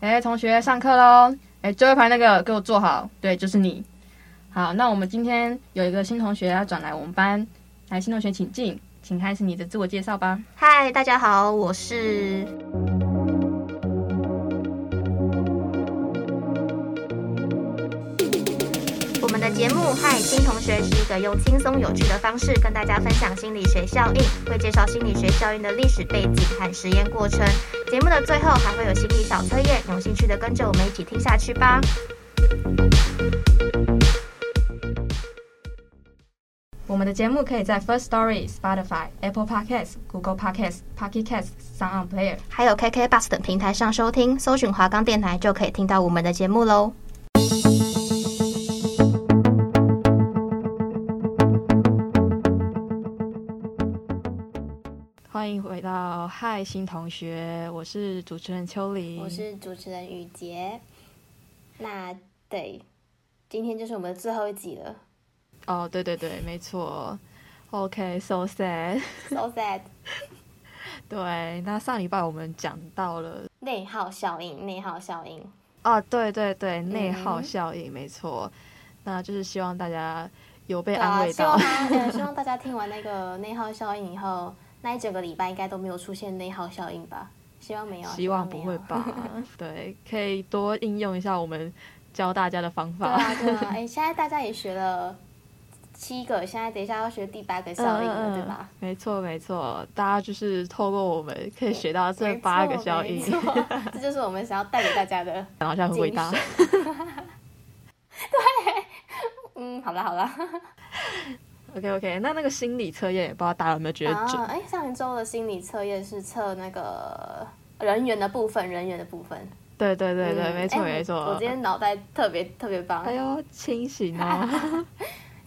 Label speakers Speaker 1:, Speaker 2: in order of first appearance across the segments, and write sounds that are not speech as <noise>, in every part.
Speaker 1: 哎、同学，上课喽！哎、最后一排那个给我坐好，对，就是你。好，那我们今天有一个新同学要转来我们班，来，新同学请进，请开始你的自我介绍吧。
Speaker 2: 嗨，大家好，我是我们的节目《嗨新同学》是一个用轻松有趣的方式跟大家分享心理学效应，会介绍心理学效应的历史背景和实验过程。节目的最后还会有心理小测验，有兴趣的跟着我们一起听下去吧。
Speaker 1: 我们的节目可以在 First Story、Spotify、Apple Podcasts、Google Podcasts、Pocket Casts、Sound On Player。
Speaker 2: 还有 KK Bus 等平台上收听，搜寻华冈电台就可以听到我们的节目喽。
Speaker 1: 欢迎回到嗨新同学，我是主持人秋玲，
Speaker 3: 我是主持人雨杰。那对，今天就是我们的最后一集了
Speaker 1: 哦，对对对，没错。OK，so、sad。
Speaker 3: ，so sad。 <laughs>
Speaker 1: 对，那上礼拜我们讲到了
Speaker 3: 内耗效应，内耗效应。
Speaker 1: 啊，对对对，内
Speaker 3: 嗯
Speaker 1: 耗效应，没错。那就是希望大家有被
Speaker 3: 对
Speaker 1: 安
Speaker 3: 啊，
Speaker 1: 慰
Speaker 3: 希
Speaker 1: 到
Speaker 3: 望。大家、呃希望大家听完那个内耗效应以后，那一整个礼拜应该都没有出现内耗效应吧？希望没有啊，
Speaker 1: 希望不
Speaker 3: 没
Speaker 1: 会
Speaker 3: 有
Speaker 1: 吧？
Speaker 3: <laughs>
Speaker 1: 对，可以多应用一下我们教大家的方
Speaker 3: 对
Speaker 1: 法。
Speaker 3: 啊，对
Speaker 1: <laughs>
Speaker 3: 啊。哎，现在大家也学了七个，现在等一下要学第八
Speaker 1: <laughs>
Speaker 3: 个效应了，对吧？？
Speaker 1: 嗯没错没错，大家就是透过我们可以学到这
Speaker 3: 没错
Speaker 1: 八个效应
Speaker 3: 没，
Speaker 1: <laughs>
Speaker 3: 错这就是我们想要带给大家的。
Speaker 1: 然后下很伟大。
Speaker 3: 精嗯，好啦好啦。
Speaker 1: OK OK，那那个心理测验也不知道大家有没有觉得准
Speaker 3: 啊，？哎，上一周的心理测验是测那个人员的部分，人员的部分。
Speaker 1: 对对对对，
Speaker 3: 嗯
Speaker 1: 没错
Speaker 3: 哎
Speaker 1: 没
Speaker 3: 我
Speaker 1: 错
Speaker 3: 今。天脑袋特别特别棒
Speaker 1: 哎，呦，清醒
Speaker 3: <laughs>
Speaker 1: 哦，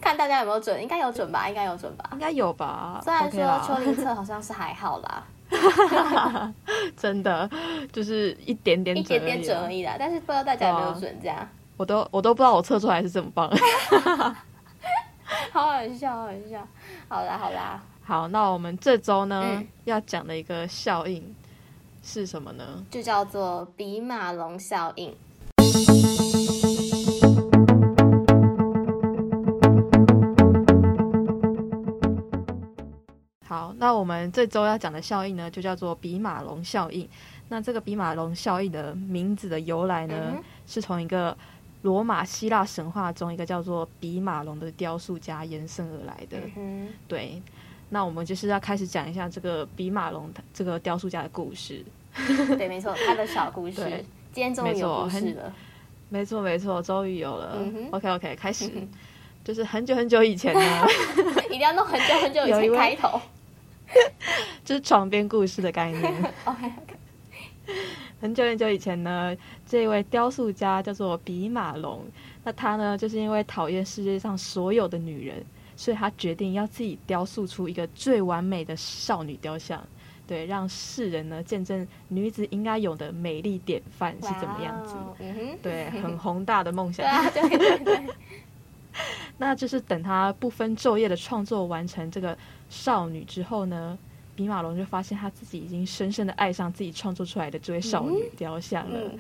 Speaker 3: 看大家有没有准，应该有准吧，应该有准吧。
Speaker 1: 应该有吧？
Speaker 3: 虽然
Speaker 1: OK 啦
Speaker 3: 说秋林测好像是还
Speaker 1: <laughs>
Speaker 3: 好啦，
Speaker 1: 真的就是一点点
Speaker 3: 一点点准
Speaker 1: 啊
Speaker 3: 而已啦，但是不知道大家有没有准这样，
Speaker 1: 我都我都不知道我测出来是这么棒。
Speaker 3: 好好笑，好好笑。好啦好啦，
Speaker 1: <laughs> 好，那我们这周呢、
Speaker 3: 嗯
Speaker 1: 要讲的一个效应是什么呢？
Speaker 3: 就叫做比马龙效应。
Speaker 1: 好，那我们这周要讲的效应呢，就叫做比马龙效应。那这个比马龙效应的名字的由来呢，
Speaker 3: 嗯哼
Speaker 1: 是从一个罗马希腊神话中一个叫做比马龙的雕塑家延伸而来的。
Speaker 3: 嗯
Speaker 1: 对，那我们就是要开始讲一下这个比马龙他这个雕塑家的故事。
Speaker 3: 哼，对，没错，他的小故事
Speaker 1: 对，
Speaker 3: 今天终于
Speaker 1: 没错
Speaker 3: 有故事
Speaker 1: 很
Speaker 3: 了。
Speaker 1: 没错，没错，终于有了。
Speaker 3: 嗯哼
Speaker 1: OK OK，开始。就是很久很久以前
Speaker 3: <laughs>
Speaker 1: 呢，
Speaker 3: 一定要弄很久很久以
Speaker 1: 有一
Speaker 3: 前
Speaker 1: 位
Speaker 3: 开头。
Speaker 1: 就是床边故事的概念。
Speaker 3: OK，
Speaker 1: 很久很久以前呢，这位雕塑家叫做比马龙，那他呢，就是因为讨厌世界上所有的女人，所以他决定要自己雕塑出一个最完美的少女雕像，对，让世人呢见证女子应该有的美丽典范是怎么样子。
Speaker 3: 哇哦？嗯哼，
Speaker 1: 对，很宏大的梦想
Speaker 3: 对。啊，对对对，
Speaker 1: 那就是等他不分昼夜的创作完成这个少女之后呢，比马龙就发现他自己已经深深的爱上自己创作出来的这位少女雕像了。
Speaker 3: 嗯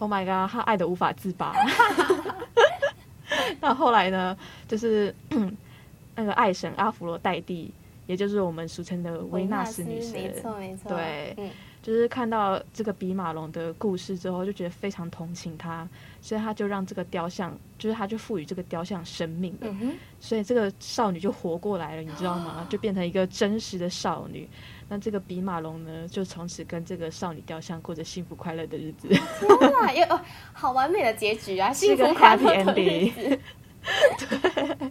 Speaker 1: Oh my god，他爱的无法自拔。那后来呢，就是 <clears throat> 嗯那个爱神阿芙罗黛蒂，也就是我们俗称的维纳斯女神，
Speaker 3: 没错没错，
Speaker 1: 对
Speaker 3: 嗯，
Speaker 1: 就是看到这个比马龙的故事之后，就觉得非常同情他，所以他就让这个雕像，就是他就赋予这个雕像生命了。
Speaker 3: 嗯哼，
Speaker 1: <laughs> 所以这个少女就活过来了，你知道吗？就变成一个真实的少女。那这个比马龙呢，就从此跟这个少女雕像过着幸福快乐的日子，
Speaker 3: 天哪，又哦好完美的结局啊，嗯
Speaker 1: 是一
Speaker 3: 幸
Speaker 1: 个
Speaker 3: 福 <laughs>
Speaker 1: happy
Speaker 3: 快乐的日
Speaker 1: ending
Speaker 3: 子。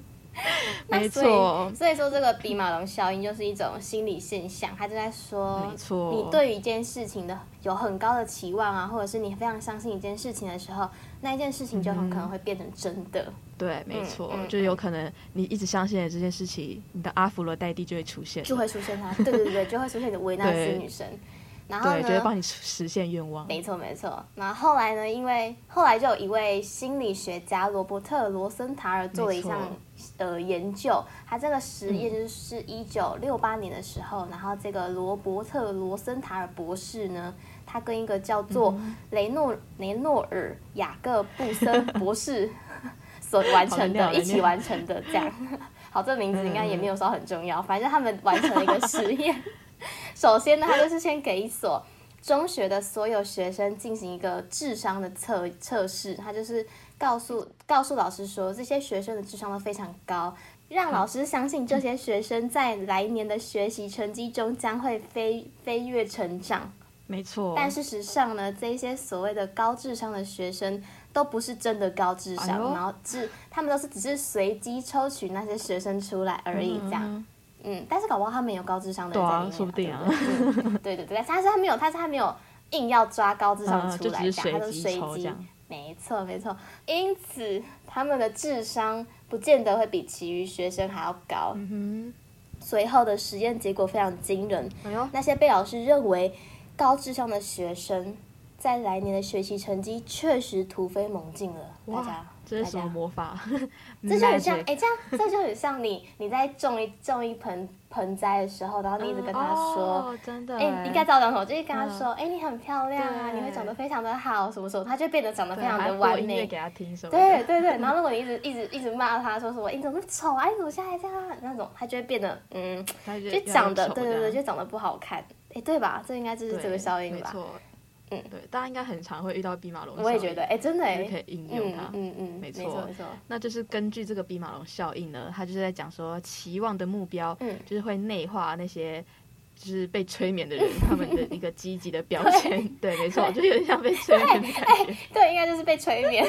Speaker 4: 没错，
Speaker 3: 所以说，这个比马龙效应就是一种心理现象，它就在说，
Speaker 4: 没错
Speaker 3: 你对于一件事情的有很高的期望啊，或者是你非常相信一件事情的时候，那一件事情就
Speaker 1: 嗯
Speaker 3: 很可能会变成真的。
Speaker 4: 对，没错，
Speaker 3: 嗯
Speaker 4: 就有可能你一直相信了这件事情，你的阿弗罗代蒂就会出现，
Speaker 3: 就会出现它，对对对，就会出现你的维纳斯
Speaker 4: 对
Speaker 3: 女神。然后
Speaker 4: 对，就会
Speaker 3: 呢？
Speaker 4: 帮你实现愿望。
Speaker 3: 嗯没错没错。那后来呢？因为后来就有一位心理学家罗伯特·罗森塔尔做了一项
Speaker 4: 没错嗯
Speaker 3: 呃研究，他这个实验就是一九六八年的时候，然后这个罗伯特·罗森塔尔博士呢，他跟一个叫
Speaker 4: 嗯
Speaker 3: 做雷诺、雷诺尔·雅各布森博士 <laughs> 所完
Speaker 4: 好难
Speaker 3: 成
Speaker 4: 念好
Speaker 3: 的，
Speaker 4: 难
Speaker 3: 一起
Speaker 4: 念
Speaker 3: 完成的这样。好，这名字应该也没有说很重要，反正他们完成了一个实验。首先呢，他就是先给一所中学的所有学生进行一个智商的测测试，他就是告诉告诉老师说，这些学生的智商都非常高，让老师相信这些学生在来年的学习成绩中将会飞飞跃成长。
Speaker 4: 没错，
Speaker 3: 但事实上呢，这些所谓的高智商的学生都不是真的高智
Speaker 4: 哎
Speaker 3: 商，
Speaker 4: 呦
Speaker 3: 然后智他们都是只是随机抽取那些学生出来而已，这样。
Speaker 4: 嗯
Speaker 3: 嗯，但是搞不好他们有高智商的
Speaker 4: 对
Speaker 3: 人在里
Speaker 4: 啊，
Speaker 3: 面、
Speaker 4: 说不定啊，
Speaker 3: 对不对。嗯对对对，但是他没有，但是他没有硬要抓高智商
Speaker 4: 嗯
Speaker 3: 出
Speaker 4: 就
Speaker 3: 来
Speaker 4: 只
Speaker 3: 这
Speaker 4: 是
Speaker 3: 样，他都
Speaker 4: 随
Speaker 3: 是
Speaker 4: 机
Speaker 3: 随
Speaker 4: 抽这
Speaker 3: 机
Speaker 4: 样。
Speaker 3: 没错没错，因此他们的智商不见得会比其余学生还要高。
Speaker 4: 嗯
Speaker 3: 随后的实验结果非常惊人，
Speaker 4: 哼，哎呦，
Speaker 3: 那些被老师认为高智商的学生，在来年的学习成绩确实突飞猛进了。大家
Speaker 4: 哇，，这
Speaker 3: 大
Speaker 4: 是什么
Speaker 3: 家
Speaker 4: 魔法？嗯
Speaker 3: 这就很像，哎、
Speaker 4: Magic
Speaker 3: 这样这就很像你你在种一种一盆盆栽的时候，然后你一直跟他说，
Speaker 4: 哦、真的
Speaker 3: 哎、
Speaker 4: 欸，
Speaker 3: 你应该找我，我就是跟他
Speaker 4: 嗯
Speaker 3: 说，哎、你很漂亮啊，
Speaker 4: 对
Speaker 3: 你会长得非常的好，什么什么，他就变得长得非
Speaker 4: 对
Speaker 3: 常
Speaker 4: 还
Speaker 3: 的
Speaker 4: 播
Speaker 3: 完
Speaker 4: 音乐
Speaker 3: 美。
Speaker 4: 给他嗯听什么的？
Speaker 3: 对对对，然后如果你一直一直一直骂他说什么，哎、你怎么那么丑啊，哎、你怎么现在这样啊那种，他就会变得嗯，
Speaker 4: 他就
Speaker 3: 就
Speaker 4: 越来越
Speaker 3: 长得
Speaker 4: 丑
Speaker 3: 对对对，
Speaker 4: 这
Speaker 3: 就
Speaker 4: 样
Speaker 3: 长得不好看，哎、对吧？这应该就是这个
Speaker 4: 对
Speaker 3: 效应
Speaker 4: 没
Speaker 3: 吧？
Speaker 4: 错，
Speaker 3: 嗯
Speaker 4: 对，大家应该很常会遇到比马龙效应，
Speaker 3: 我也觉得，哎、真的哎、
Speaker 4: 就是可以应用
Speaker 3: 嗯
Speaker 4: 它。
Speaker 3: 嗯嗯，
Speaker 4: 没错
Speaker 3: 错没错，
Speaker 4: 那就是根据这个比马龙效应呢，它就是在讲说期望的目标，
Speaker 3: 嗯
Speaker 4: 就是会内化那些。就是被催眠的
Speaker 3: <laughs>
Speaker 4: 人，他们的一个积极的标签，对，没错，就有点像被催眠的感觉，
Speaker 3: 对，应该就是被催
Speaker 4: <laughs>
Speaker 3: 眠。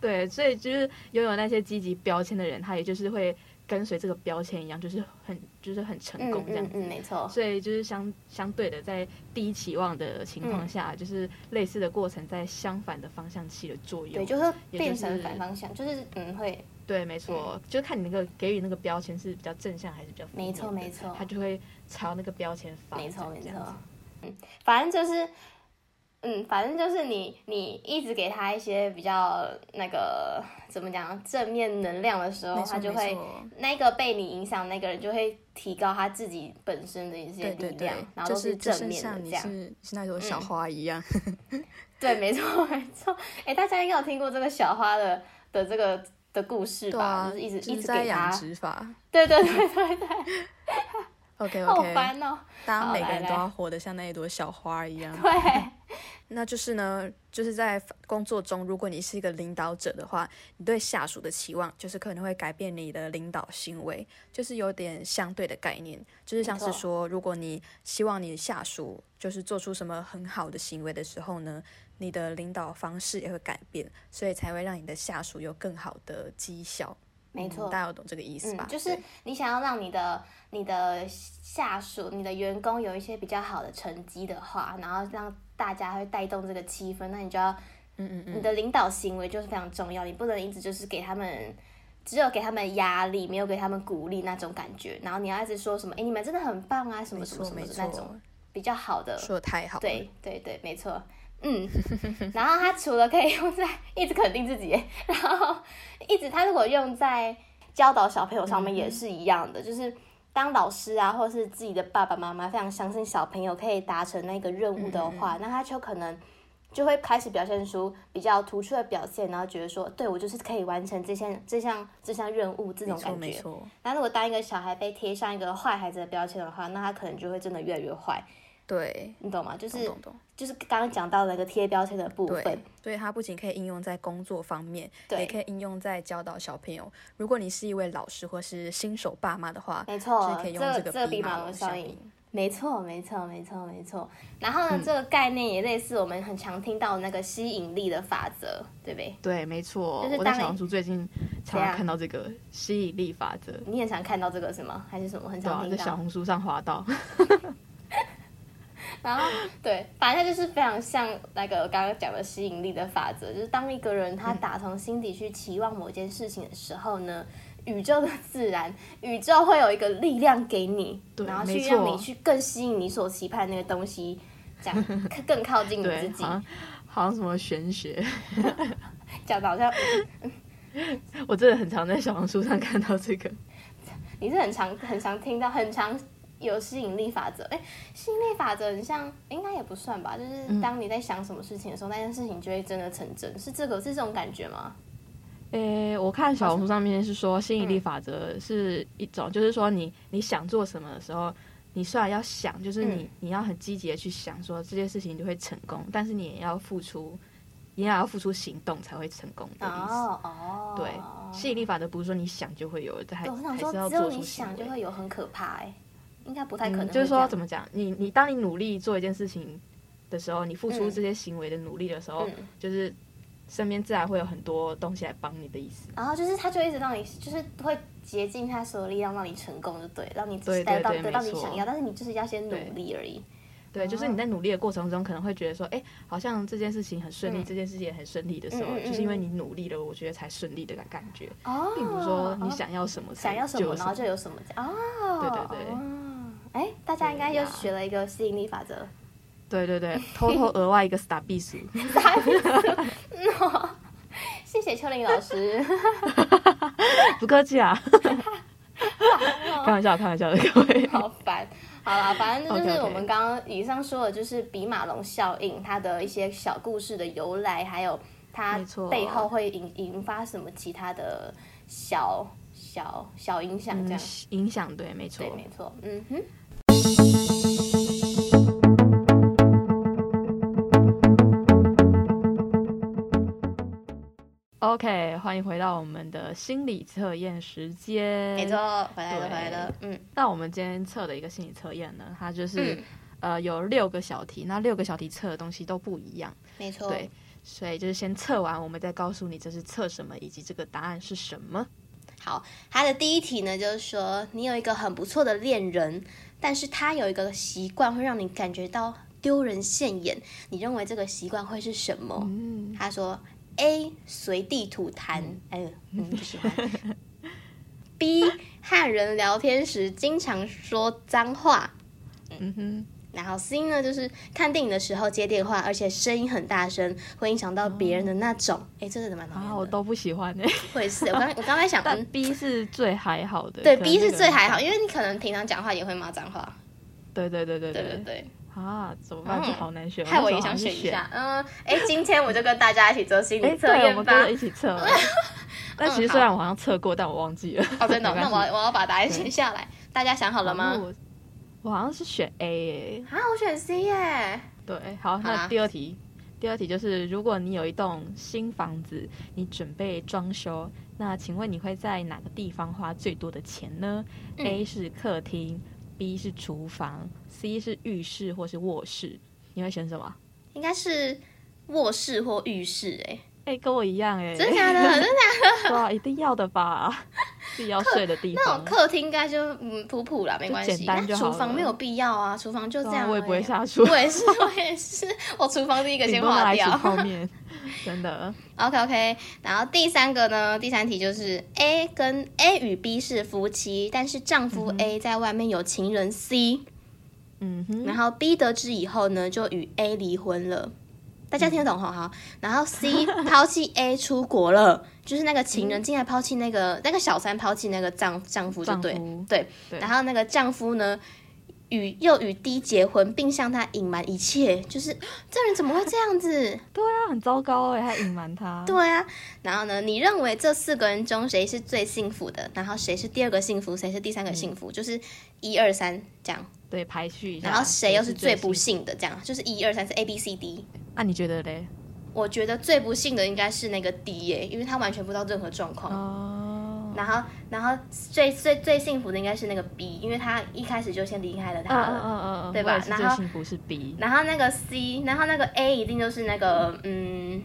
Speaker 4: 对，所以就是拥有那些积极标签的人，他也就是会跟随这个标签一样，就是很就是很成功这样
Speaker 3: 嗯嗯嗯，没错。
Speaker 4: 所以就是相相对的，在低期望的情况
Speaker 1: 嗯
Speaker 4: 下，就是类似的过程在相反的方向起了作用。
Speaker 3: 对，就是
Speaker 4: 也
Speaker 3: 变
Speaker 4: 就是
Speaker 3: 成反方向，就是嗯会，
Speaker 4: 对没错，就看你那个给予那个标签是比较正向还是比较负面
Speaker 3: 没错
Speaker 4: 的
Speaker 3: 没错
Speaker 4: 它就会朝那个标签发展。
Speaker 3: 没错没
Speaker 4: 这
Speaker 3: 错
Speaker 4: 样子。
Speaker 3: 嗯，反正就是，嗯，反正就是你你一直给他一些比较那个怎么讲正面能量的时候，他就会那个被你影响那个人就会提高他自己本身的一些
Speaker 1: 对
Speaker 3: 力
Speaker 1: 对
Speaker 3: 量，
Speaker 1: 对，
Speaker 3: 然后
Speaker 1: 就
Speaker 3: 都
Speaker 1: 是就
Speaker 3: 正
Speaker 1: 是
Speaker 3: 面的
Speaker 1: 像
Speaker 3: 这
Speaker 1: 你
Speaker 3: 样。
Speaker 1: 是是那朵小
Speaker 3: 嗯
Speaker 1: 花一样，
Speaker 3: <laughs> 对，没错没错。哎，大家应该有听过这个小花的的这个的故事
Speaker 1: 对
Speaker 3: 吧？
Speaker 1: 啊，
Speaker 3: 就是一直
Speaker 1: 就
Speaker 3: 一
Speaker 1: 是
Speaker 3: 直
Speaker 1: 在
Speaker 3: 给他
Speaker 1: 养，殖法。
Speaker 3: 对对对
Speaker 1: <laughs>
Speaker 3: 对对，
Speaker 1: OK
Speaker 3: 好
Speaker 1: OK，
Speaker 3: 烦哦。
Speaker 1: 大
Speaker 3: 好
Speaker 1: 家每个
Speaker 3: 来
Speaker 1: 人都
Speaker 3: 来
Speaker 1: 要活得像那一朵小花一样。
Speaker 3: 对，
Speaker 1: 那就是呢，就是在工作中，如果你是一个领导者的话，你对下属的期望就是可能会改变你的领导行为，就是有点相对的概念，就是像
Speaker 3: 没
Speaker 1: 是
Speaker 3: 错
Speaker 1: 说，如果你希望你的下属就是做出什么很好的行为的时候呢，你的领导方式也会改变，所以才会让你的下属有更好的绩效。
Speaker 3: 没
Speaker 1: 嗯
Speaker 3: 错。
Speaker 1: 大家有懂这个意思吧？
Speaker 3: 嗯，就是
Speaker 1: 对
Speaker 3: 你想要让你的你的下属、你的员工有一些比较好的成绩的话，然后让大家会带动这个气氛，那你就要
Speaker 1: 嗯嗯嗯，
Speaker 3: 你的领导行为就是非常重要，你不能一直就是给他们。只有给他们压力，没有给他们鼓励那种感觉，然后你要一直说什么？哎，你们真的很棒啊，什么
Speaker 1: 没
Speaker 3: 什
Speaker 1: 错
Speaker 3: 么什么
Speaker 1: 没
Speaker 3: 的
Speaker 1: 错
Speaker 3: 那，种比较好的
Speaker 1: 说的太好了。
Speaker 3: 对对对，没错，嗯。然后它除了可以用在一直肯定自己，然后一直它如果用在教导小朋友上面
Speaker 1: 嗯
Speaker 3: 也是一样的，就是当老师啊，或者是自己的爸爸妈妈非常相信小朋友可以达成那个任务的
Speaker 1: 嗯
Speaker 3: 话，那他就可能。就会开始表现出比较突出的表现，然后觉得说，对我就是可以完成这项这项这项任务这
Speaker 1: 没
Speaker 3: 种
Speaker 1: 错
Speaker 3: 感
Speaker 1: 没
Speaker 3: 觉。
Speaker 1: 错，
Speaker 3: 那如果当一个小孩被贴上一个坏孩子的标签的话，那他可能就会真的越来越坏，
Speaker 1: 对，
Speaker 3: 你懂吗？就是
Speaker 1: 懂懂懂。
Speaker 3: 就是刚刚讲到那个贴标签的部
Speaker 1: 对
Speaker 3: 分，，
Speaker 1: 所以它不仅可以应用在工作方面，
Speaker 3: 对
Speaker 1: 也可以应用在教导小朋友。如果你是一位老师或是新手爸妈的话，
Speaker 3: 没
Speaker 1: 就是
Speaker 3: 错，
Speaker 1: 可以
Speaker 3: 这
Speaker 1: 用
Speaker 3: 个
Speaker 1: 这
Speaker 3: 这个
Speaker 1: 比
Speaker 3: 比马
Speaker 1: 龙
Speaker 3: 龙
Speaker 1: 效
Speaker 3: 效应，没错，没错，没错，没错。然后呢，
Speaker 1: 嗯
Speaker 3: 这个概念也类似我们很常听到的那个吸引力的法则，对不对？
Speaker 4: 对，没错，
Speaker 3: 就是
Speaker 4: 我
Speaker 3: 当
Speaker 4: 在
Speaker 3: 你
Speaker 4: 小红书最近常
Speaker 3: 怎样
Speaker 4: 常看到这个吸引力法则，
Speaker 3: 你很常看到这个是吗？还是什么？很
Speaker 4: 对
Speaker 3: 常
Speaker 4: 啊，
Speaker 3: 听
Speaker 4: 在
Speaker 3: 到。
Speaker 4: 小红书上滑到，
Speaker 3: 然后对，反正它就是非常像那个刚刚讲的吸引力的法则，就是当一个人他
Speaker 4: 嗯
Speaker 3: 打从心底去期望某件事情的时候呢，宇宙的自然，宇宙会有一个力量给你，
Speaker 4: 对
Speaker 3: 然后
Speaker 4: 没
Speaker 3: 去让
Speaker 4: 错
Speaker 3: 你去更吸引你所期盼的那个东西，这样
Speaker 4: <laughs>
Speaker 3: 更更靠近你
Speaker 4: 对
Speaker 3: 自，己
Speaker 4: 好，像好像什么玄学，
Speaker 3: 讲的好像
Speaker 4: 我真的很常在小红书上看到这个。
Speaker 3: 你是很常很常听到，很常有吸引力法则。哎、吸引力法则很像，应该也不算吧，
Speaker 4: 嗯
Speaker 3: 就是当你在想什么事情的时候，那件事情就会真的成真，是这个是这种感觉吗？
Speaker 4: <laughs> 诶、我看小红书上面是说吸
Speaker 3: 嗯
Speaker 4: 引力法则是一种，就是说你你想做什么的时候，你虽然要想，就是你、
Speaker 3: 嗯
Speaker 4: 你要很积极的去想说这件事情就会成功，但是你也要付出，你也要付出行动才会成功的意思。
Speaker 3: 哦哦，
Speaker 4: 对，吸引力法则不是说你想就会有，还
Speaker 3: 对我想
Speaker 4: 还是要
Speaker 3: 说，只
Speaker 4: 做
Speaker 3: 有
Speaker 4: 出
Speaker 3: 你
Speaker 4: 行
Speaker 3: 想就
Speaker 4: 为。
Speaker 3: 会有，很可怕哎、应该不太可能、
Speaker 4: 嗯，就是说怎
Speaker 3: 么？
Speaker 4: 么讲，你你当你努力做一件事情的时候，你付出
Speaker 3: 嗯
Speaker 4: 这些行为的努力的时候，
Speaker 3: 嗯
Speaker 4: 就是身边自然会有很多东西来帮你的意思。
Speaker 3: 然后就是他就一直让你，就是会竭尽他所有力量让你成功，就对，让你得
Speaker 4: 对对
Speaker 3: 到
Speaker 4: 对
Speaker 3: 得到
Speaker 4: 没
Speaker 3: 你
Speaker 4: 错
Speaker 3: 想要，但是你就是要先
Speaker 4: 对
Speaker 3: 努力而已。
Speaker 4: 对，就是
Speaker 3: 哦
Speaker 4: 你在努力的过程中，可能会觉得说，哎、好像这件事情很顺利，
Speaker 3: 嗯
Speaker 4: 这件事情也很顺利的时候，
Speaker 3: 嗯嗯嗯
Speaker 4: 就是因为你努力了，我觉得才顺利的感感觉，
Speaker 3: 哦，
Speaker 4: 并不是说你
Speaker 3: 哦
Speaker 4: 想要什么才
Speaker 3: 想要什
Speaker 4: 就有
Speaker 3: 么，然后就有什么哦。
Speaker 4: 对对对
Speaker 3: 哦哎、大家应该又学了一个吸引力法则。
Speaker 4: 对对对，偷偷额外一个 star 避暑，
Speaker 3: 谢谢秋玲老师，
Speaker 4: 不客
Speaker 3: <laughs>
Speaker 4: 气啊，开玩笑，开玩笑的各位。
Speaker 3: 哦好烦。好啦，反正这就是
Speaker 4: OK，OK
Speaker 3: 我们刚刚以上说的，就是比马龙效应它的一些小故事的由来，还有它
Speaker 4: 没错
Speaker 3: 背后会引引发什么其他的小小小影响，这
Speaker 4: 嗯
Speaker 3: 样、，
Speaker 4: 影响对，没错
Speaker 3: 对，。没错，嗯哼。
Speaker 4: OK，欢迎回到我们的心理测验时间。
Speaker 3: 没错，回来了，
Speaker 4: 对
Speaker 3: 回来了。嗯，
Speaker 4: 那我们今天测的一个心理测验呢，它就是、
Speaker 3: 嗯
Speaker 4: 呃有六个小题，那六个小题测的东西都不一样。
Speaker 3: 没错。
Speaker 4: 对，所以就是先测完，我们再告诉你这是测什么，以及这个答案是什么。
Speaker 3: 好，他的第一题呢，就是说你有一个很不错的恋人，但是他有一个习惯会让你感觉到丢人现眼，你认为这个习惯会是什么？
Speaker 4: 嗯，
Speaker 3: 他说 A 随地吐痰，哎
Speaker 4: <laughs>
Speaker 3: 呦，嗯，不喜欢。B 和人聊天时经常说脏话，
Speaker 4: 嗯哼，
Speaker 3: 然后 C 呢就是看电影的时候接电话，而且声音很大声，会影响到别人的那种。哎、这个蛮讨
Speaker 4: 啊，我
Speaker 3: 厌的。
Speaker 4: 都不喜
Speaker 3: <laughs>
Speaker 4: 欢哎、
Speaker 3: 我也是，我
Speaker 4: <laughs>
Speaker 3: 刚我刚才想，
Speaker 4: 但
Speaker 3: 嗯，
Speaker 4: B 是最还好的，
Speaker 3: 对
Speaker 4: 可能
Speaker 3: ，B
Speaker 4: 那
Speaker 3: 是
Speaker 4: 个
Speaker 3: 最
Speaker 4: 人
Speaker 3: 还好，
Speaker 4: 长
Speaker 3: 因为你可能平常讲话也会骂脏话。
Speaker 4: 对对对对
Speaker 3: 对对对，
Speaker 4: 啊，怎么办？这
Speaker 3: 嗯
Speaker 4: 好难选，
Speaker 3: 害我
Speaker 4: 那
Speaker 3: 也
Speaker 4: 时候好
Speaker 3: 想
Speaker 4: 像是
Speaker 3: 选
Speaker 4: 选
Speaker 3: 一下。嗯，哎，今天我就跟大家一起做心
Speaker 4: 哎，
Speaker 3: 理测
Speaker 4: 对，我
Speaker 3: 验
Speaker 4: 们
Speaker 3: 吧嗯
Speaker 4: 跟着。一起
Speaker 3: <laughs>
Speaker 4: 测。啊但其实
Speaker 3: 好
Speaker 4: 虽然我好像测过，但我忘记了。
Speaker 3: 哦，真的哦，
Speaker 4: 没
Speaker 3: 那
Speaker 4: 关系
Speaker 3: 我要我要把答案写下来。大家想好了吗
Speaker 4: 好那？我我好像是选 A
Speaker 3: 啊，我选 C 耶。
Speaker 4: 哎，对，好，
Speaker 3: 啊
Speaker 4: 那第二题。第二题就是，如果你有一栋新房子，你准备装修，那请问你会在哪个地方花最多的钱呢、
Speaker 3: 嗯
Speaker 4: a 是客厅，B 是厨房，C 是浴室或是卧室，你会选什么？
Speaker 3: 应该是卧室或浴室，
Speaker 4: <laughs>
Speaker 3: 哎，
Speaker 4: 哎、跟我一样哎、
Speaker 3: 真的假的？真的假的
Speaker 4: 对啊，一定要的吧， <laughs> 自己要睡的地
Speaker 3: 那种
Speaker 4: 方。
Speaker 3: 客厅应该就嗯普普啦，没关系。
Speaker 4: 简单
Speaker 3: 那
Speaker 4: 就
Speaker 3: 厨
Speaker 4: 好
Speaker 3: 房
Speaker 4: 了
Speaker 3: 没有必要啊，厨房就这
Speaker 4: 对啊
Speaker 3: 样而已啊。
Speaker 4: 我也不会下厨
Speaker 3: 我也是， <laughs> 我也是，我厨房第一个
Speaker 4: 顶
Speaker 3: 先
Speaker 4: 多拿
Speaker 3: 划
Speaker 4: 来
Speaker 3: 掉
Speaker 4: 煮。
Speaker 3: <laughs>
Speaker 4: 泡面，真的。
Speaker 3: OK OK，然后第三个呢，第三题就是 A 跟 A 与 B 是夫妻，但是丈夫 A 在外面有情人 C，、
Speaker 4: 嗯
Speaker 3: <laughs>
Speaker 4: 哼，
Speaker 3: 然后 B 得知以后呢，就与 A 离婚了。大家听得懂哈？好，然后
Speaker 4: <laughs>
Speaker 3: C 抛弃 A 出国了，就是那个情
Speaker 4: 嗯
Speaker 3: 人竟然抛弃那个、那个小三抛弃那个丈丈夫，就
Speaker 4: 丈
Speaker 3: 对
Speaker 4: 夫
Speaker 3: 对。
Speaker 4: 对
Speaker 3: 然后那个丈夫呢，与又与 D 结婚，并向她隐瞒一切，就是这人怎么会这样子？
Speaker 4: 对啊，很糟糕哎、还隐瞒他。
Speaker 3: 对啊，然后呢？你认为这四个人中谁是最幸福的？然后谁是第二个幸福？谁是第
Speaker 4: 嗯
Speaker 3: 三个幸福？就是一二三这样。
Speaker 4: 对，排序一下。
Speaker 3: 然后谁又是最不
Speaker 4: 幸？
Speaker 3: 幸的？这样就是一二三是 A B C D。
Speaker 4: 那、你觉得嘞？
Speaker 3: 我觉得最不幸的应该是那个 D 耶、因为他完全不知道任何状况。
Speaker 4: 哦，
Speaker 3: 然后然后最最最幸福的应该是那个 B，因为他一开始就先离开了他
Speaker 4: 嗯
Speaker 3: 了。
Speaker 4: 嗯嗯嗯，
Speaker 3: 对
Speaker 4: 我也
Speaker 3: 吧
Speaker 4: 是
Speaker 3: 然
Speaker 4: 最
Speaker 3: 后
Speaker 4: 幸福是 B，
Speaker 3: 然后那个 C，然后那个 A 一定就是那个嗯，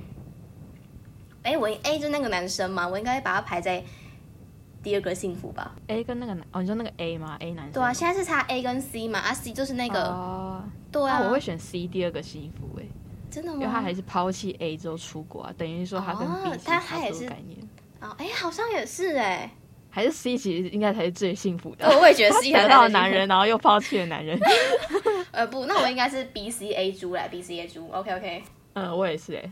Speaker 3: 哎，我 A 就是那个男生嘛，我应该把他排在第二个幸福吧？
Speaker 4: A 跟那个男哦，你说那个 A 吗？A 男生
Speaker 3: 对啊，现在是差 A 跟 C 嘛，啊 C 就是那个、
Speaker 4: 哦，
Speaker 3: 对啊，
Speaker 4: 那我会选 C 第二个幸福哎，
Speaker 3: 真的
Speaker 4: 因为他
Speaker 3: 吗
Speaker 4: 还？是抛弃 A 之后出国啊，等于说他跟
Speaker 3: 哦
Speaker 4: B 是
Speaker 3: 他
Speaker 4: 差
Speaker 3: 他也
Speaker 4: 不多
Speaker 3: 是
Speaker 4: 概念，
Speaker 3: 哦，哎，好像也是
Speaker 4: <laughs>
Speaker 3: 哎，
Speaker 4: 还是 C 其实应该才是最幸福的。
Speaker 3: 对哦我也觉得
Speaker 4: <laughs>
Speaker 3: C
Speaker 4: 得
Speaker 3: 才
Speaker 4: 到
Speaker 3: 是
Speaker 4: 男人，然后又抛弃了男人。 <laughs>
Speaker 3: 呃不，那我应该是 B C A 猪来 B C A 猪，OK OK，
Speaker 4: 嗯，我也是哎、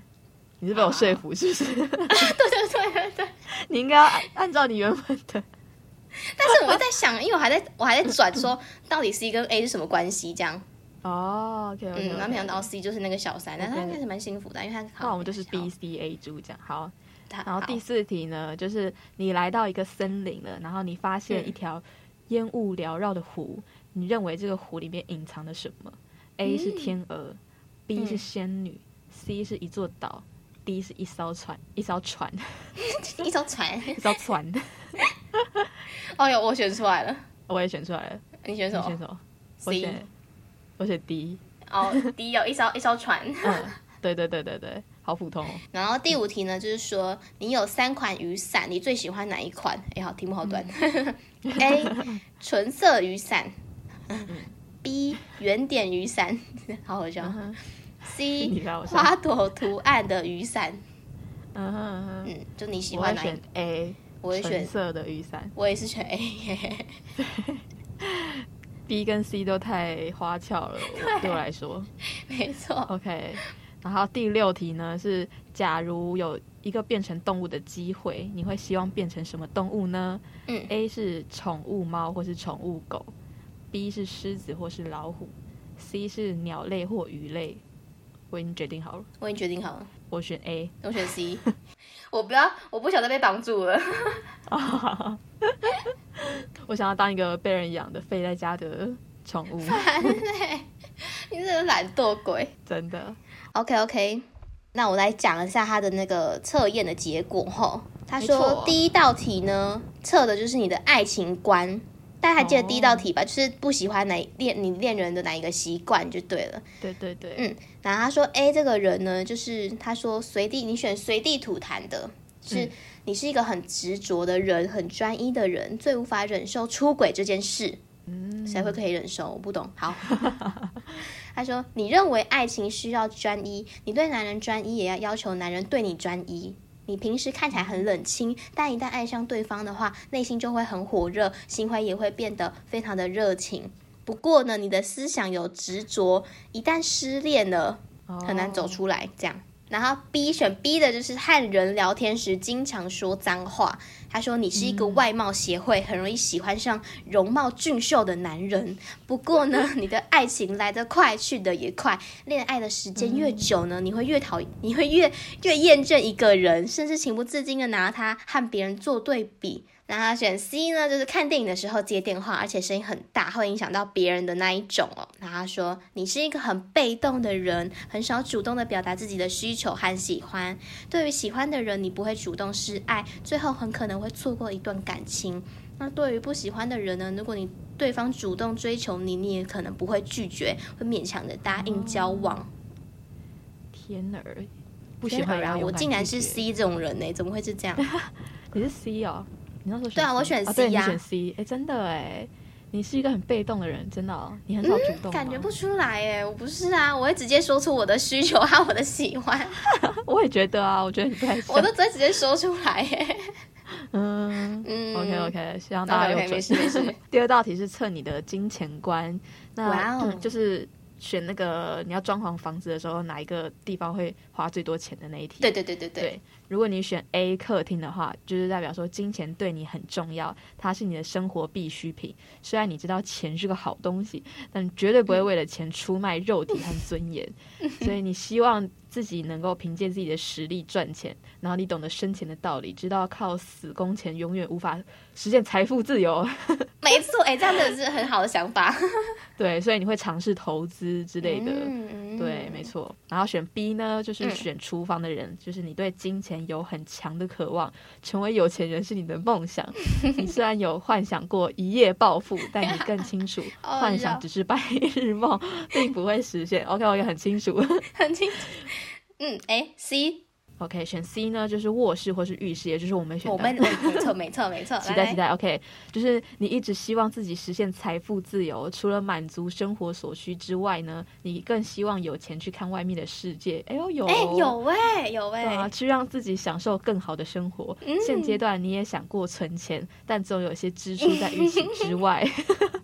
Speaker 4: 你是被我说服是不是？
Speaker 3: <laughs>
Speaker 4: <laughs>
Speaker 3: 对对对对对。
Speaker 4: 你应该要按按照你原本的。
Speaker 3: 但是我在想，因为我还在我还在转说到底 C 跟 A 是什么关系这样，
Speaker 4: 哦，OK，, o
Speaker 3: 嗯，
Speaker 4: k
Speaker 3: 然后没想到 C 就是那个小三，但他
Speaker 4: OK
Speaker 3: 应该是蛮幸福的，因为他好
Speaker 4: 那我们就是
Speaker 3: 好
Speaker 4: B、C、A 猪这样好。
Speaker 3: 他
Speaker 4: 然后
Speaker 3: 好
Speaker 4: 第四题呢，就是你来到一个森林了，然后你发现
Speaker 3: 嗯
Speaker 4: 一条烟雾缭绕的湖，你认为这个湖里面隐藏了什么？A 是天鹅、b 是
Speaker 3: 嗯
Speaker 4: 仙女、c 是一座岛，D 是一艘船，一艘船， <laughs>
Speaker 3: 一艘船， <laughs>
Speaker 4: 一艘船。 <laughs>
Speaker 3: 哦哟，我选出来了，
Speaker 4: 我也选出来了，
Speaker 3: 你选什
Speaker 4: 你
Speaker 3: 么
Speaker 4: 选什么？我选我选 D。
Speaker 3: 哦，D 有一艘一艘船。 <laughs>
Speaker 4: 嗯，对对对对对，好普通、哦。
Speaker 3: 然后第五题呢，就是说你有三款雨伞，你最喜欢哪一款？哎，好，题目好短。A <laughs> 纯色雨伞，B 嗯圆点雨伞， <laughs> 好好笑。
Speaker 4: 你
Speaker 3: C
Speaker 4: 知道我想
Speaker 3: 花朵图案的雨伞，
Speaker 4: 嗯哼嗯哼，
Speaker 3: 嗯，就你喜
Speaker 4: 我会
Speaker 3: 欢哪一
Speaker 4: 选？A，
Speaker 3: 我也
Speaker 4: 纯
Speaker 3: 选，
Speaker 4: 色的雨伞。
Speaker 3: 我也是选 A。 <laughs>
Speaker 4: B 跟 C 都太花俏了，我对我来说。
Speaker 3: 没错，
Speaker 4: OK，然后第六题呢是，假如有一个变成动物的机会，你会希望变成什么动物呢？
Speaker 3: 嗯
Speaker 4: ，A 是宠物猫或是宠物狗，B 是狮子或是老虎，C 是鸟类或鱼类。我已经决定好了，
Speaker 3: 我已经决定好了，
Speaker 4: 我选 A。 <laughs>
Speaker 3: 我选 <laughs> C。我不要，我不想再被绑住了。 <laughs>
Speaker 4: 我想要当一个被人养的废在家的宠物，
Speaker 3: 嗯你这个懒惰鬼。
Speaker 4: 真的。
Speaker 3: OK OK，那我来讲一下他的那个测验的结果吼。他
Speaker 4: 没错
Speaker 3: 说第一道题呢，测的就是你的爱情观。大家还记得
Speaker 4: 哦
Speaker 3: 第一道题吧就是不喜欢哪恋你恋人的哪一个习惯就对了。
Speaker 4: 对对对，
Speaker 3: 嗯然后他说 A 这个人呢，就是他说随地你选随地吐痰的，是、你是一个很执着的人，很专一的人，最无法忍受出轨这件事。
Speaker 4: 嗯，
Speaker 3: 谁会可以忍受？我不懂。好， <laughs> 他说：“你认为爱情需要专一，你对男人专一，也要要求男人对你专一。你平时看起来很冷清，但一旦爱上对方的话，内心就会很火热，心怀也会变得非常的热情。不过呢，你的思想有执着，一旦失恋了，
Speaker 4: 哦
Speaker 3: 很难走出来。这样，然后 B 选 B 的就是和人聊天时经常说脏话。他说你是一个外貌协会，很容易喜欢上容貌俊秀的男人。不过呢，你的爱情来得快，去得也快，恋爱的时间越久呢，你会越讨，你会越越厌倦一个人，甚至情不自禁的拿他和别人做对比。然后他选 C 呢，就是看电影的时候接电话，而且声音很大，会影响到别人的那一种哦。然后他说你是一个很被动的人，很少主动的表达自己的需求和喜欢。对于喜欢的人，你不会主动示爱，最后很可能会错过一段感情。那对于不喜欢的人呢？如果你对方主动追求你，你也可能不会拒绝，会勉强的答应交往。
Speaker 4: 天儿，不喜欢
Speaker 3: 天啊！
Speaker 4: 要勇
Speaker 3: 我
Speaker 4: 敢
Speaker 3: 竟然
Speaker 4: 拒
Speaker 3: 是
Speaker 4: 绝
Speaker 3: C 这种人呢、怎么会是这样？
Speaker 4: 你是 C 哦，你那时候选
Speaker 3: 对啊我选
Speaker 4: C 哦对
Speaker 3: C
Speaker 4: 你
Speaker 3: 呀
Speaker 4: 选 C，哎，真的哎，你是一个很被动的人，真的哦，你很少主
Speaker 3: 嗯
Speaker 4: 动吗，
Speaker 3: 感觉不出来哎，我不是啊，我会直接说出我的需求和我的喜
Speaker 4: <laughs>
Speaker 3: 欢，
Speaker 4: <laughs> 我也觉得啊，我觉得你不太像，
Speaker 3: 我都直接直接说出来
Speaker 4: <laughs>
Speaker 3: 哎。
Speaker 4: 嗯。
Speaker 3: 嗯
Speaker 4: OK OK，希望大家有
Speaker 3: OK，OK，
Speaker 4: 准。
Speaker 3: 没事没事
Speaker 4: <laughs> 第二道题是测你的金钱观，那、嗯
Speaker 3: 哇哦
Speaker 4: 就是选那个你要装潢房子的时候，哪一个地方会花最多钱的那一题。
Speaker 3: 对对对对对，
Speaker 4: 对，如果你选 A 客厅的话，就是代表说金钱对你很重要，它是你的生活必需品。虽然你知道钱是个好东西，但绝对不会为了钱出卖肉体和尊
Speaker 3: <laughs>
Speaker 4: 严。所以你希望自己能够凭借自己的实力赚钱，然后你懂得生钱的道理，知道靠死工钱永远无法实现财富自由。 <laughs>
Speaker 3: 没错，哎，这样真的是很好的想法。
Speaker 4: 对，所以你会尝试投资之类的。
Speaker 3: 嗯
Speaker 4: 对，没错。然后选 B 呢，就是选厨房的人，就是你对金钱有很强的渴望，成为有钱人是你的
Speaker 3: <laughs>
Speaker 4: 梦想。你虽然有幻想过一夜暴富，但你更清楚，
Speaker 3: <laughs> 哦
Speaker 4: 幻
Speaker 3: 呀
Speaker 4: 想只是白日梦，并不会实现。OK，我也很清楚。 <laughs>
Speaker 3: 很清楚。嗯，哎，C，
Speaker 4: OK，选 C 呢，就是卧室或是浴室，也就是我们选的。
Speaker 3: 我们我没错没错没错，
Speaker 4: <laughs> 期
Speaker 3: 来
Speaker 4: 待期。待，OK，就是你一直希望自己实现财富自由，除了满足生活所需之外呢，你更希望有钱去看外面的世界。哎呦，有，
Speaker 3: 来哎，有喂、有喂、
Speaker 4: 对啊，去让自己享受更好的生活。
Speaker 3: 嗯
Speaker 4: 现阶段你也想过存钱，但总有些支出在预期
Speaker 3: <laughs>
Speaker 4: 之外。 <laughs>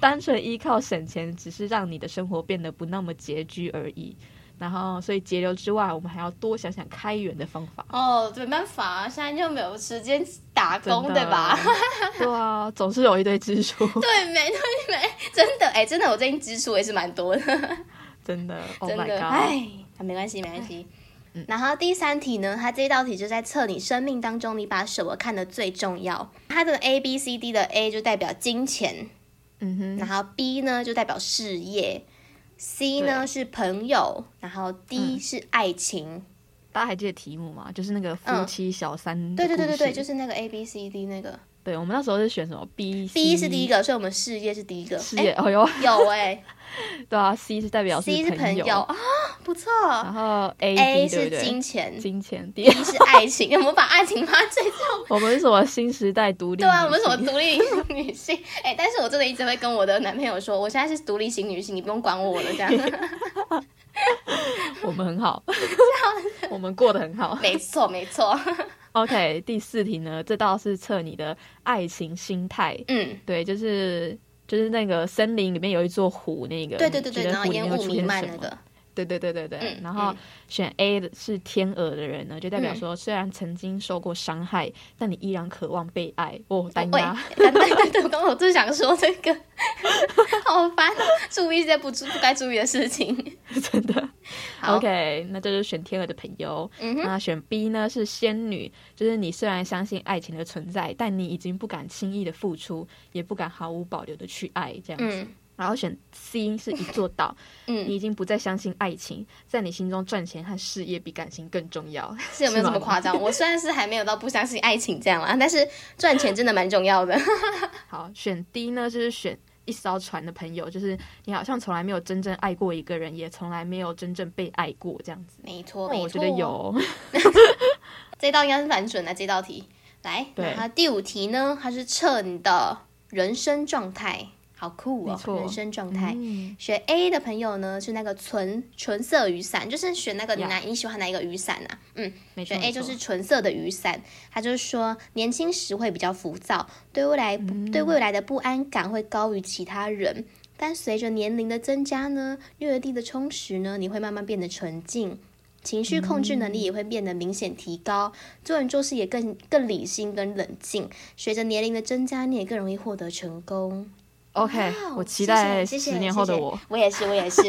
Speaker 4: 单纯依靠省钱，只是让你的生活变得不那么拮据而已。然后，所以节流之外，我们还要多想想开源的方法。
Speaker 3: 哦，没办法啊，现在就没有时间打
Speaker 4: 真
Speaker 3: 工，
Speaker 4: 的
Speaker 3: 对吧？？
Speaker 4: 对啊，总是有一堆支
Speaker 3: <laughs>
Speaker 4: 出。
Speaker 3: 对没对没，真的哎、真的，我最近支出也是蛮多的，<laughs>
Speaker 4: 真的，Oh
Speaker 3: 真
Speaker 4: my
Speaker 3: 的，
Speaker 4: god！嗯
Speaker 3: 哎、啊没关系没关系。然后第三题呢，它这一道题就在测你生命当中你把什么看得最重要。它的 A B C D 的 A 就代表金钱，
Speaker 4: 嗯
Speaker 3: 然
Speaker 4: 哼，
Speaker 3: 后 B 呢就代表事业，C 呢
Speaker 4: 对嗯
Speaker 3: 是朋友，然后 D 是爱情。
Speaker 4: 大家还记得题目吗？就是那个夫
Speaker 3: 嗯
Speaker 4: 妻小三的
Speaker 3: 对对对
Speaker 4: 故
Speaker 3: 对对，
Speaker 4: 事
Speaker 3: 就是那个 A B C D 那个
Speaker 4: 对。我们那时候是选什么 B
Speaker 3: B 是第一
Speaker 4: 个
Speaker 3: 个，所以我们事业是第一个。
Speaker 4: 事
Speaker 3: 哎
Speaker 4: 业，哦哟，
Speaker 3: 有哎、
Speaker 4: 对啊，C 是代表
Speaker 3: c 是
Speaker 4: 朋
Speaker 3: 朋友啊、不错。
Speaker 4: 然后 A
Speaker 3: A
Speaker 4: D 对
Speaker 3: 是
Speaker 4: 不对？
Speaker 3: 金钱
Speaker 4: 金钱 D，
Speaker 3: ，D 是爱情。 <laughs> 我们把爱情放在 <laughs> 最重要。
Speaker 4: <laughs> 我们是什么新时代独立？
Speaker 3: 对啊，我们什么？独立型女性？ <laughs> 哎、但是我真的一直会跟我的男朋友说，我现在是独立型女性，你不用管我了，这样。 <laughs>
Speaker 4: 我们很好，我们过得很好。
Speaker 3: 没错，没错。
Speaker 4: OK，第四题呢，这道是测你的爱情心态。
Speaker 3: 嗯，
Speaker 4: 对，就是就是那个森林里面有一座湖，那个
Speaker 3: 对对对
Speaker 4: 你觉
Speaker 3: 对，
Speaker 4: 得
Speaker 3: 然后
Speaker 4: 湖里
Speaker 3: 烟
Speaker 4: 面会
Speaker 3: 雾
Speaker 4: 出
Speaker 3: 弥
Speaker 4: 现
Speaker 3: 漫
Speaker 4: 什
Speaker 3: 那
Speaker 4: 么
Speaker 3: 个，
Speaker 4: 对对对对对，
Speaker 3: 嗯
Speaker 4: 然后
Speaker 3: 嗯
Speaker 4: 选 A 的是天鹅的人呢，就代表
Speaker 3: 嗯
Speaker 4: 说虽然曾经受过伤害，但你依然渴望被爱。哦，丹
Speaker 3: 喂
Speaker 4: 丫，
Speaker 3: <laughs> 对对对，我刚刚我就是想说这个， <laughs> 好烦，注意这些不注不该注意的事情。
Speaker 4: 真的。
Speaker 3: 好
Speaker 4: OK，那这就是选天鹅的朋友。
Speaker 3: 嗯哼，
Speaker 4: 那选 B 呢是仙女，就是你虽然相信爱情的存在，但你已经不敢轻易的付出，也不敢毫无保留的去爱这样子。
Speaker 3: 嗯
Speaker 4: 然后选 C 是一座岛，
Speaker 3: <laughs>
Speaker 4: 你
Speaker 3: 嗯，
Speaker 4: 已经不再相信爱情，在你心中赚钱和事业比感情更重要。 <laughs>
Speaker 3: 是有没有这么
Speaker 4: 吗
Speaker 3: 夸张？我虽然是还没有到不相信爱情这样啦，但是赚钱真的蛮重要的。
Speaker 4: 好，选 D 呢，就是选一艘船的朋友，就是你好像从来没有真正爱过一个人，也从来没有真正被爱过这样子。
Speaker 3: 没错，
Speaker 4: 那
Speaker 3: 没
Speaker 4: 哦我觉
Speaker 3: 错。
Speaker 4: 得有，
Speaker 3: 这道应该是蛮准的，这道题。来，
Speaker 4: 对
Speaker 3: 然后第五题呢，它是测你的人生状态，好酷
Speaker 4: 没
Speaker 3: 哦，
Speaker 4: 错
Speaker 3: 人生状态。
Speaker 4: <laughs> 嗯，
Speaker 3: 选 A 的朋友呢，是那个纯纯色雨伞，就是选那个你哪你喜欢哪一个雨伞啊？嗯，
Speaker 4: 没错
Speaker 3: 选 A
Speaker 4: 没
Speaker 3: 就
Speaker 4: 错，
Speaker 3: 是纯色的雨伞，他就是说年轻时会比较浮躁，对未来、
Speaker 4: 嗯
Speaker 3: 对未来的不安感会高于其他人。但随着年龄的增加呢，阅历的充实呢，你会慢慢变得纯净，情绪控制
Speaker 4: 嗯
Speaker 3: 能力也会变得明显提高，做人做事也更更理性跟冷静。随着年龄的增加，你也更容易获得成功。
Speaker 4: OK，
Speaker 3: 哇哦
Speaker 4: 我期
Speaker 3: 谢谢
Speaker 4: 待
Speaker 3: 谢谢
Speaker 4: 十年后的
Speaker 3: 谢谢哦
Speaker 4: 我。
Speaker 3: 我也是，我也是。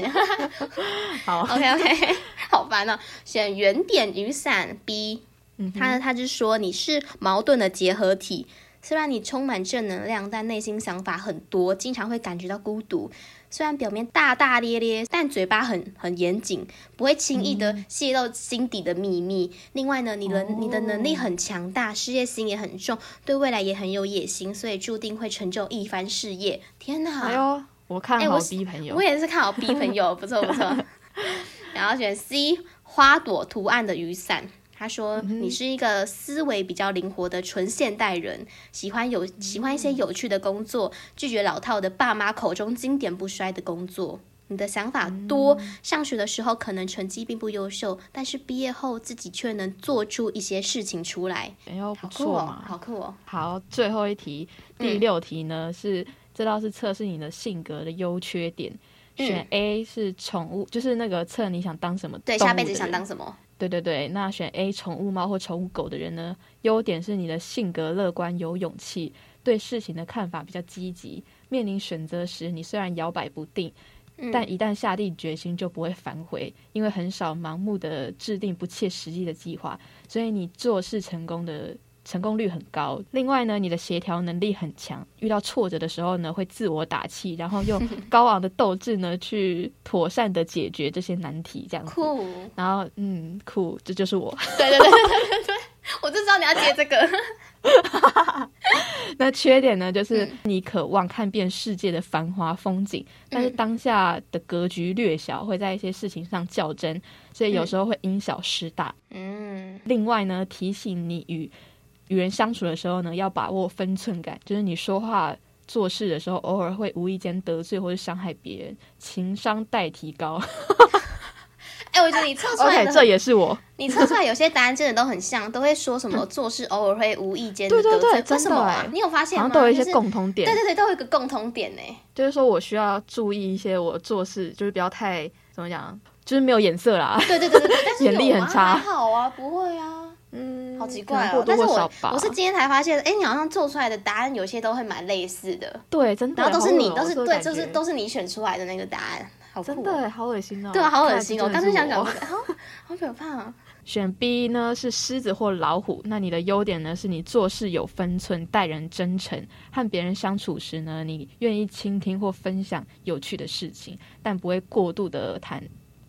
Speaker 4: 好
Speaker 3: OK OK，好 <laughs> 烦哦。选圆点雨伞 B，
Speaker 4: 嗯哼
Speaker 3: 它呢，它是说你是矛盾的结合体。虽然你充满正能量，但内心想法很多，经常会感觉到孤独。虽然表面大大咧咧，但嘴巴很很严谨，不会轻易
Speaker 4: 嗯
Speaker 3: 的泄露心底的秘密。另外呢，你的、
Speaker 4: 哦
Speaker 3: 你的能力很强大，事业心也很重，对未来也很有野心，所以注定会成就一番事业。天哪！
Speaker 4: 哎呦，我看
Speaker 3: 哎我
Speaker 4: 好
Speaker 3: 是
Speaker 4: B 朋友
Speaker 3: 我，也是看好 B 朋友，不错不错。然后选 C 花朵图案的雨伞。他说：“你是一个思维比较灵活的纯现代人，喜欢有喜欢一些有趣的工作，拒绝老套的爸妈口中经典不衰的工作。你的想法多，上学的时候可能成绩并不优秀，但是毕业后自己却能做出一些事情出来，
Speaker 4: 哎呦
Speaker 3: 好
Speaker 4: 不
Speaker 3: 酷
Speaker 4: 错
Speaker 3: 哦，
Speaker 4: 嘛。
Speaker 3: 好酷哦！
Speaker 4: 好，最后一题，第
Speaker 3: 嗯
Speaker 4: 六题呢、是这道是测试你的性格的优缺点。选
Speaker 3: 嗯
Speaker 4: A 是宠物，就是那个测你想当什么
Speaker 3: 对，
Speaker 4: 动
Speaker 3: 下
Speaker 4: 物
Speaker 3: 辈子
Speaker 4: 的
Speaker 3: 想
Speaker 4: 人
Speaker 3: 当什么？
Speaker 4: 对对对，那选 A 宠物猫或宠物狗的人呢，优点是你的性格乐观、有勇气，对事情的看法比较积极。面临选择时，你虽然摇摆不定，但一旦下定决心就不会反悔，因为很少盲目的制定不切实际的计划，所以你做事成功的成功率很高。另外呢，你的协调能力很强，遇到挫折的时候呢，会自我打气，然后用高昂的斗志呢，去妥善的解决这些难题，这样子。
Speaker 3: 酷，
Speaker 4: 然后，嗯，酷，这就是我。 <laughs>
Speaker 3: 对对对对对对对，我就知道你要接这个。
Speaker 4: 那缺点呢，
Speaker 3: 嗯
Speaker 4: 就是你渴望看遍世界的繁华风景，但是当下的格局略小，会在一些事情上较真，所以有时候会因小失大。
Speaker 3: 嗯，
Speaker 4: 另外呢，提醒你与与人相处的时候呢，要把握分寸感，就是你说话做事的时候，偶尔会无意间得罪或者伤害别人，情商待提
Speaker 3: <laughs>
Speaker 4: 高。
Speaker 3: 哎、我觉得你测出来
Speaker 4: OK，
Speaker 3: 的
Speaker 4: <laughs> 这也是我，
Speaker 3: 你测出来有些答案真的都很像，都会说什么做事偶尔会无意间的
Speaker 4: 嗯对对
Speaker 3: 得罪，
Speaker 4: 对真的
Speaker 3: 为什么、啊
Speaker 4: 哎？
Speaker 3: 你有发现
Speaker 4: 好
Speaker 3: 吗？
Speaker 4: 像都有一些
Speaker 3: 就是
Speaker 4: 共同点。
Speaker 3: 对对对，都有一个共同点呢。
Speaker 4: 就是说我需要注意一些我做事，就是不要太怎么讲，就是没有眼
Speaker 3: <laughs>
Speaker 4: 色啦。
Speaker 3: 对对对对对，但是
Speaker 4: 眼力
Speaker 3: 有
Speaker 4: 很
Speaker 3: 啊
Speaker 4: 差
Speaker 3: 还好啊，不会啊，
Speaker 4: 嗯，
Speaker 3: 好奇怪
Speaker 4: 可
Speaker 3: 哦
Speaker 4: 能。或
Speaker 3: 但是
Speaker 4: 多或少
Speaker 3: 我
Speaker 4: 吧。
Speaker 3: 我是今天才发现，哎、你好像做出来的答案有些都会蛮类似的，
Speaker 4: 对，真的，
Speaker 3: 然后都是你，
Speaker 4: 好恶
Speaker 3: 都
Speaker 4: 哦
Speaker 3: 是
Speaker 4: 这个
Speaker 3: 对，
Speaker 4: 感
Speaker 3: 就是
Speaker 4: 觉
Speaker 3: 都是你选出来的那个答案，好酷、
Speaker 4: 真
Speaker 3: 哦。
Speaker 4: 的好恶心哦。
Speaker 3: 对啊，好
Speaker 4: 看
Speaker 3: 恶
Speaker 4: 来
Speaker 3: 心
Speaker 4: 这
Speaker 3: 哦！
Speaker 4: 真的
Speaker 3: 刚
Speaker 4: 是
Speaker 3: 才想讲
Speaker 4: 我
Speaker 3: 这个，好 <laughs> 好可怕啊！
Speaker 4: 选 B 呢是狮子或老虎，那你的优点呢是你做事有分寸，待人真诚，和别人相处时呢，你愿意倾听或分享有趣的事情，但不会过度的袒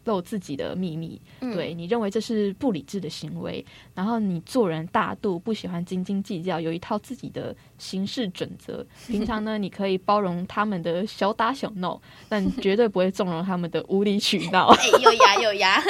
Speaker 4: 露自己的秘密。
Speaker 3: 嗯
Speaker 4: 对你认为这是不理智的行为，然后你做人大度，不喜欢斤斤计较，有一套自己的行事准则。平常呢，你可以包容他们的小打小闹，但绝对不会纵容他们的无理取闹。 <laughs>
Speaker 3: 哎、有牙有牙，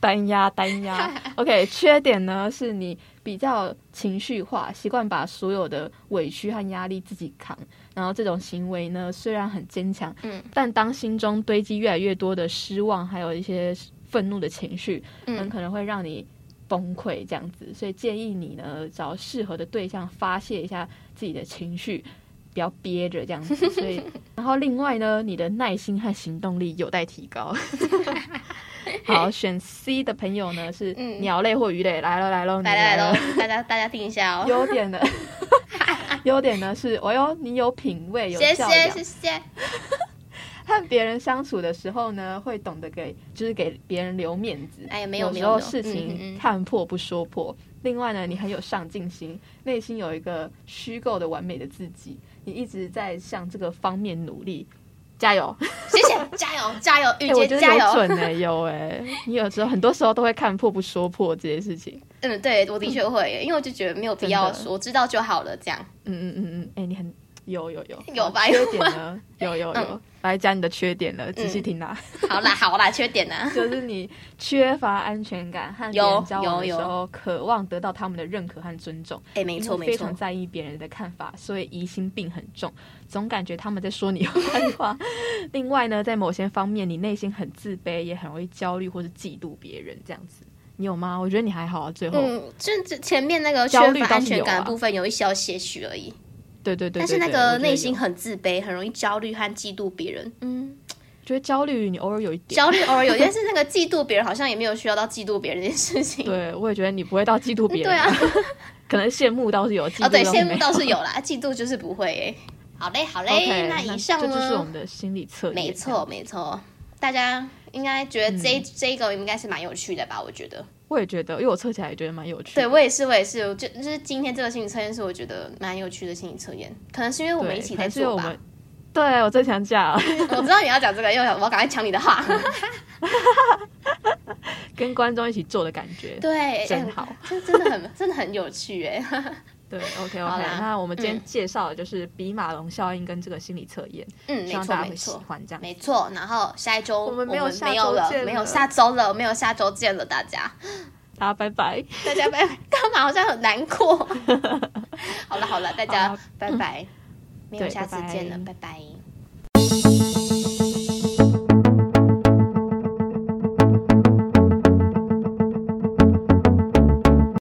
Speaker 4: 单压单压。OK，缺点呢是你比较情绪化，习惯把所有的委屈和压力自己扛。然后这种行为呢，虽然很坚强，
Speaker 3: 嗯，
Speaker 4: 但当心中堆积越来越多的失望，还有一些愤怒的情绪，
Speaker 3: 嗯
Speaker 4: 很可能会让你。崩溃这样子，所以建议你呢找适合的对象发泄一下自己的情绪，不要憋着这样子。
Speaker 3: <laughs>
Speaker 4: 所以，然后另外呢，你的耐心和行动力有待提
Speaker 3: <laughs>
Speaker 4: 高。好，选 C 的朋友呢是
Speaker 3: 嗯
Speaker 4: 鸟类或鱼类，来喽来喽，你
Speaker 3: 来来来
Speaker 4: 喽
Speaker 3: 喽。，大家大家听一下哦。
Speaker 4: 优点呢？ <laughs> 优点呢是，哎呦，你有品味，有
Speaker 3: 谢
Speaker 4: 教养
Speaker 3: 谢，谢谢，
Speaker 4: 和别人相处的时候呢，会懂得给，就是给别人留面子。
Speaker 3: 哎没有没
Speaker 4: 时
Speaker 3: 有
Speaker 4: 候
Speaker 3: 没有
Speaker 4: 事
Speaker 3: 嗯嗯
Speaker 4: 情
Speaker 3: 嗯
Speaker 4: 看破不说破。另外呢，你很有上进心，内心有一个虚构的完美的自己，你一直在向这个方面努力，加油！
Speaker 3: 谢谢， <laughs> 加油加油，雨
Speaker 4: 哎，我
Speaker 3: 杰、
Speaker 4: 觉得
Speaker 3: 加
Speaker 4: 有
Speaker 3: 油！
Speaker 4: 准哎、有哎、你有时候很多时候都会看破不说破这些事情。
Speaker 3: 嗯，对我的确会耶，因为我就觉得没有必要
Speaker 4: 真的
Speaker 3: 说，我知道就好了，这样。
Speaker 4: 嗯嗯嗯嗯，哎、你很有有有
Speaker 3: 有吧
Speaker 4: 好
Speaker 3: 有
Speaker 4: 缺
Speaker 3: 吧 <laughs>
Speaker 4: 点呢？有有有，
Speaker 3: 嗯
Speaker 4: 来讲你的缺点了，仔细听啦。
Speaker 3: 好啦好啦，缺点呢、啊
Speaker 4: <laughs> 就是你缺乏安全感，和别
Speaker 3: 有
Speaker 4: 人交往的
Speaker 3: 有
Speaker 4: 时
Speaker 3: 有
Speaker 4: 候，渴望得到他们的认可和尊重。
Speaker 3: 哎、没错
Speaker 4: 因
Speaker 3: 没
Speaker 4: 为非
Speaker 3: 错
Speaker 4: 常，在意别人的看法，所以疑心病很重，总感觉他们在说你坏话。 <laughs> 另外呢，在某些方面，你内心很自卑，也很容易焦虑或是嫉妒别人这样子。你有吗？我觉得你还好啊。最后，
Speaker 3: 嗯，就就前面那个缺
Speaker 4: 焦虑
Speaker 3: 乏
Speaker 4: 倒
Speaker 3: 安
Speaker 4: 是有啊
Speaker 3: 全感的部分有一小些许而已，
Speaker 4: 对对对
Speaker 3: 但是那
Speaker 4: 对对我
Speaker 3: 个
Speaker 4: 觉得
Speaker 3: 内
Speaker 4: 有
Speaker 3: 心很自卑，很容易焦虑和嫉妒别人。嗯，
Speaker 4: 觉得焦虑，你偶尔有一点。
Speaker 3: 焦
Speaker 4: <laughs>
Speaker 3: 虑偶尔有，但是那个嫉妒别人好像也没有需要到嫉妒别人这件事情。
Speaker 4: 对，我也觉得你不会到嫉妒别人。
Speaker 3: 对啊，
Speaker 4: 可能羡慕倒是有，嫉妒
Speaker 3: 哦，对，
Speaker 4: 倒是
Speaker 3: 羡
Speaker 4: 没
Speaker 3: 慕
Speaker 4: 有
Speaker 3: 倒
Speaker 4: <laughs>
Speaker 3: 是有啦，嫉妒就是不会、欸。好嘞，好嘞
Speaker 4: OK，那
Speaker 3: 以上
Speaker 4: 这
Speaker 3: 呢？
Speaker 4: 就是我们的心理测验。
Speaker 3: 没错，，没错，大家应该觉得这
Speaker 4: 嗯
Speaker 3: 一、这一个应该是蛮有趣的吧？我觉得，
Speaker 4: 我也觉得，因为我测起来也觉得蛮有趣的。
Speaker 3: 对我也是，我也是，我就就是今天这个心理测验是我觉得蛮有趣的心理测验，可能是因为我
Speaker 4: 对，
Speaker 3: 们一起
Speaker 4: 可
Speaker 3: 在
Speaker 4: 能是因为
Speaker 3: 做
Speaker 4: 我
Speaker 3: 吧
Speaker 4: 们。。对，我最想讲，
Speaker 3: 我知道你要讲这个，因为我要赶快抢你的话。
Speaker 4: 嗯跟观众一起做的感觉。
Speaker 3: 对，
Speaker 4: 真
Speaker 3: 哎
Speaker 4: 好，
Speaker 3: 这真的很真的很有趣哎。
Speaker 4: 对，OK
Speaker 3: 好
Speaker 4: OK
Speaker 3: 啦。
Speaker 4: 那我们今天
Speaker 3: 嗯
Speaker 4: 介绍的就是比马龙效应跟这个心理测验，
Speaker 3: 嗯，
Speaker 4: 希
Speaker 3: 没
Speaker 4: 望
Speaker 3: 错
Speaker 4: 大家
Speaker 3: 没
Speaker 4: 会喜
Speaker 3: 错。
Speaker 4: 欢这样。
Speaker 3: 没错，然后下一周我
Speaker 4: 我们没
Speaker 3: 没
Speaker 4: 有下周
Speaker 3: 有了，
Speaker 4: 见
Speaker 3: 没有
Speaker 4: 了
Speaker 3: 下周了，没有下周见了，大家，
Speaker 4: 大家拜拜。
Speaker 3: 大家拜拜。 <laughs> 干嘛好像很难过？好了好了，大
Speaker 4: 好
Speaker 3: 家
Speaker 4: 啦
Speaker 3: 拜拜，没有
Speaker 4: 对
Speaker 3: 下次
Speaker 4: 拜拜
Speaker 3: 见了，拜拜